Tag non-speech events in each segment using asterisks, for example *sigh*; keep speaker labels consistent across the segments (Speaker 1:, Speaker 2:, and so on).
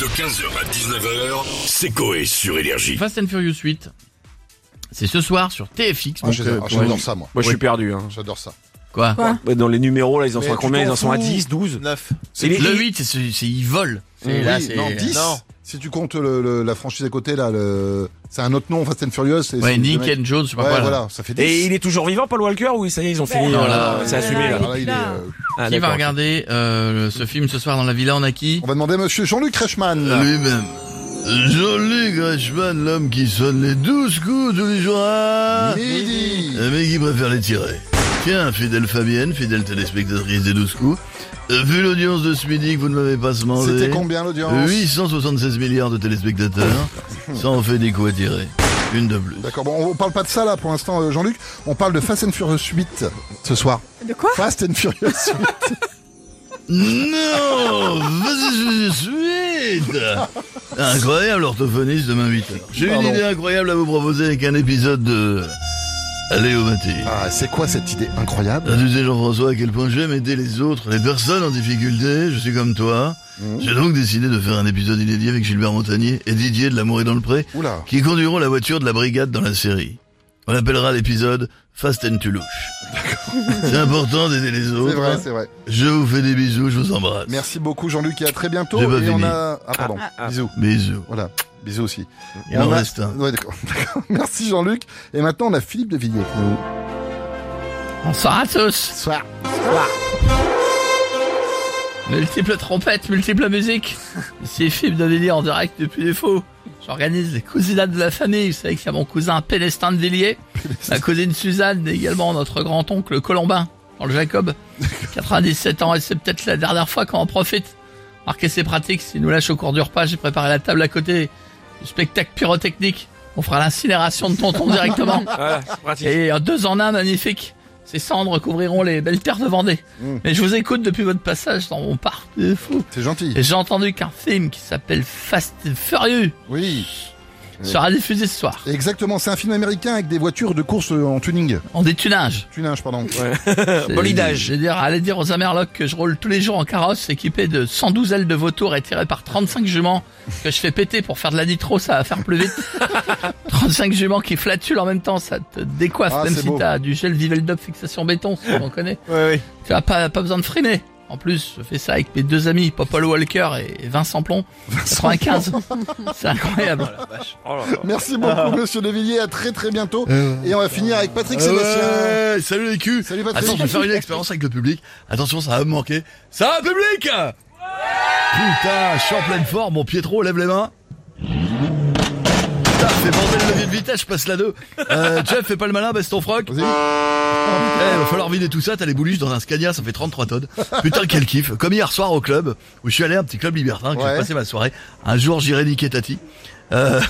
Speaker 1: De 15h à 19h, c'est Coé sur Énergie.
Speaker 2: Fast and Furious 8. C'est ce soir sur TFX.
Speaker 3: Ah,
Speaker 2: donc, euh,
Speaker 3: j'adore
Speaker 2: pour-
Speaker 3: j'adore ça, moi.
Speaker 4: Moi, je suis perdu. Hein.
Speaker 3: J'adore ça.
Speaker 2: Quoi
Speaker 4: Ouais, Dans les numéros, là, ils en
Speaker 3: Mais
Speaker 4: sont à
Speaker 3: tu
Speaker 4: combien Ils
Speaker 3: t'en
Speaker 4: en sont à
Speaker 3: fous.
Speaker 4: 10, 12
Speaker 5: 9.
Speaker 4: Et les-
Speaker 2: Le 8, c'est, c'est, c'est- ils volent. C'est,
Speaker 3: Oui,
Speaker 2: là, c'est-
Speaker 3: non, 10.
Speaker 5: non.
Speaker 3: Si tu comptes le- le- la franchise à côté, là, le... c'est un autre nom, Fast and Furious. et
Speaker 2: Ouais,
Speaker 3: c'est-
Speaker 2: Nick
Speaker 3: le mec-
Speaker 2: and Jones, je sais pas
Speaker 3: Ouais,
Speaker 2: quoi. là.
Speaker 3: voilà, ça fait 10.
Speaker 4: Et il est toujours vivant, Paul Walker Ou ça y est, ils ont fini
Speaker 2: non,
Speaker 4: euh,
Speaker 2: là,
Speaker 4: C'est
Speaker 6: là,
Speaker 4: assumé, là.
Speaker 6: là.
Speaker 3: Ah, là, il est, euh,
Speaker 4: Ah,
Speaker 2: Qui va
Speaker 4: d'accord.
Speaker 2: regarder euh, ce film ce soir dans la villa On a qui
Speaker 3: On va demander à monsieur Jean-Luc Reichmann.
Speaker 2: Lui-même. Jean-Luc Reichmann, l'homme qui sonne les douze coups tous les jours. Ah,
Speaker 3: Midi.
Speaker 2: Mais qui préfère les tirer Tiens, fidèle Fabienne, fidèle téléspectatrice des douze coups, euh, vu l'audience de ce midi que vous ne m'avez pas demandé...
Speaker 3: C'était combien l'audience
Speaker 2: 876 milliards de téléspectateurs, ça en fait des coups à tirer. Une de plus.
Speaker 3: D'accord, bon, on parle pas de ça là pour l'instant, euh, Jean-Luc. On parle de Fast and Furious 8 ce soir.
Speaker 6: De quoi
Speaker 3: Fast and Furious 8.
Speaker 2: Non Vas-y, suite Incroyable orthophoniste de main 8 heures. J'ai une
Speaker 3: Pardon.
Speaker 2: idée incroyable à vous proposer avec un épisode de... Allez au maté.
Speaker 3: *laughs* Ah, c'est quoi cette idée incroyable
Speaker 2: Ah, tu sais, Jean-François, à quel point j'aime aider les autres, les personnes en difficulté, je suis comme toi.
Speaker 3: Mhm.
Speaker 2: J'ai donc décidé de faire un épisode inédit avec Gilbert Montagnier et Didier de L'Amour et dans le Pré,
Speaker 3: Oula.
Speaker 2: qui conduiront la voiture de la brigade dans la série. On appellera l'épisode Fast and Toulouche. C'est important d'aider les autres.
Speaker 3: C'est vrai, c'est vrai.
Speaker 2: Je vous fais des bisous, je vous embrasse.
Speaker 3: Merci beaucoup Jean-Luc et à très bientôt.
Speaker 2: J'ai pas
Speaker 3: Et on
Speaker 2: fini.
Speaker 3: a... Ah pardon,
Speaker 4: Ah, ah.
Speaker 3: bisous.
Speaker 2: Bisous.
Speaker 3: Voilà, bisous aussi.
Speaker 2: Il
Speaker 3: On
Speaker 2: en
Speaker 3: a-
Speaker 2: reste hein. un.
Speaker 3: Ouais, d'accord. *laughs* D'accord. Merci Jean-Luc. Et maintenant on a Philippe de Villiers avec nous.
Speaker 2: Bonsoir à tous.
Speaker 3: Soir.
Speaker 2: Multiple trompette, multiple musique. C'est Philippe de Villiers en direct depuis les faux. J'organise les cousinades de la famille. Vous savez qu'il y a mon cousin Pélestin de Villiers, ma cousine Suzanne et également notre grand-oncle Colombin, Jean Jacob. 97 ans et c'est peut-être la dernière fois qu'on en profite. Marquez ses pratiques. S'il nous lâche au cours du repas, j'ai préparé la table à côté du spectacle pyrotechnique. On fera l'incinération de tonton directement.
Speaker 4: Voilà, c'est pratique.
Speaker 2: Et en deux en un, magnifique. Ces cendres couvriront les belles terres de Vendée. Mais je vous écoute depuis votre passage dans mon parc de fou.
Speaker 3: C'est gentil.
Speaker 2: Et j'ai entendu qu'un film qui s'appelle Fast and Furious
Speaker 3: Oui.
Speaker 2: sera diffusé ce soir.
Speaker 3: Exactement, c'est un film américain avec des voitures de course euh, en tuning.
Speaker 2: En détunage.
Speaker 3: Tunage, pardon.
Speaker 2: C'est-
Speaker 4: Bolidage.
Speaker 2: Je veux dire, allez dire aux Amerlocs que je roule tous les jours en carrosse équipé de 112 ailes de vautour et tiré par 35 juments que je fais péter pour faire de la nitro, ça va faire plus
Speaker 3: *laughs*
Speaker 2: vite. 35 juments qui flatulent en même temps, ça te décoiffe
Speaker 3: Ah,
Speaker 2: même
Speaker 3: c'est
Speaker 2: si
Speaker 3: beau.
Speaker 2: t'as du gel Viveldop fixation béton, si on connaît. Tu n'as pas, pas besoin de freiner. En plus, je fais ça avec mes deux amis, Popol Walker et Vincent Plon. 95. C'est incroyable.
Speaker 4: Oh là là.
Speaker 3: Merci
Speaker 2: Ah.
Speaker 3: beaucoup monsieur de Villiers. À très très bientôt.
Speaker 2: Euh.
Speaker 3: Et on va finir avec Patrick
Speaker 2: Ah
Speaker 3: Sébastien.
Speaker 2: salut les culs.
Speaker 3: Salut
Speaker 2: Attends, je vais
Speaker 3: Patrick.
Speaker 2: faire une expérience avec le public. Attention, ça va me manquer. Ça va, public Putain, je suis en pleine forme. Mon Pietro, lève les mains. Putain, fais bander le levier de vitesse, je passe la 2. Euh, Jeff, fais pas le malin, baisse ton froc.
Speaker 3: Vas-y.
Speaker 2: Eh, va falloir vider tout ça, t'as les bouluches dans un Scania, ça fait 33 tonnes. Putain, quel kiff. Comme hier soir au club, où je suis allé à un petit club libertin, que
Speaker 3: Ouais.
Speaker 2: j'ai passé ma soirée. Un jour, j'irai niquer Tati.
Speaker 3: *laughs*
Speaker 2: Euh...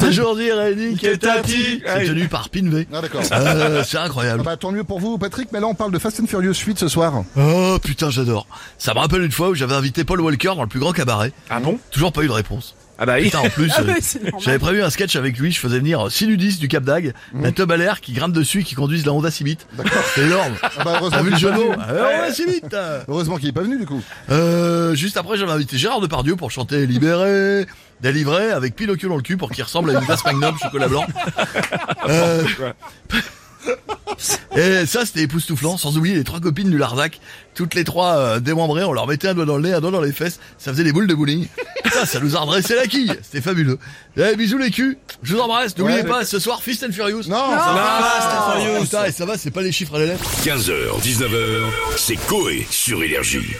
Speaker 2: Un jour, j'irai niquer Tati. C'est tenu par Pinvé.
Speaker 3: Ah, d'accord.
Speaker 2: Euh, c'est incroyable.
Speaker 3: Ah bah, tant mieux pour vous, Patrick, mais là on parle de Fast and Furious 8 ce soir.
Speaker 2: Oh putain, j'adore. Ça me rappelle une fois où j'avais invité Paul Walker dans le plus grand cabaret.
Speaker 4: Ah bon
Speaker 2: Toujours pas eu de réponse.
Speaker 4: Ah bah oui.
Speaker 2: Putain, en plus,
Speaker 6: Ah
Speaker 2: euh,
Speaker 6: ouais, c'est normal.
Speaker 2: j'avais prévu un sketch avec lui. Je faisais venir 6 nudistes du Cap d'Agde, la tub à l'air qui grimpe dessus et qui conduisent la Honda Civic. C'est énorme.
Speaker 3: Ah bah, heureusement
Speaker 2: T'as vu le
Speaker 3: qu'il est
Speaker 2: jeu
Speaker 3: pas
Speaker 2: de mots
Speaker 3: venu.
Speaker 2: Euh, Honda Civic
Speaker 3: Heureusement qu'il est pas venu du coup.
Speaker 2: Euh, juste après, j'avais invité Gérard Depardieu pour chanter Libéré, délivré, avec Pinocchio dans le cul pour qu'il ressemble à une glace magnum chocolat
Speaker 3: *laughs*
Speaker 2: blanc. Euh, Et ça, c'était époustouflant, sans oublier les trois copines du Larzac. Toutes les trois euh, démembrées, on leur mettait un doigt dans le nez, un doigt dans les fesses, ça faisait des boules de bowling. Ça, ça nous a redressé la quille, c'était fabuleux. Eh, bisous les culs, je vous embrasse, n'oubliez
Speaker 3: Ouais.
Speaker 2: pas, ce soir, Fist and Furious.
Speaker 3: Non,
Speaker 4: Ah,
Speaker 2: Putain, et ça va, c'est pas les chiffres à la lettre.
Speaker 1: 15h, 19h, c'est Coé sur Énergie.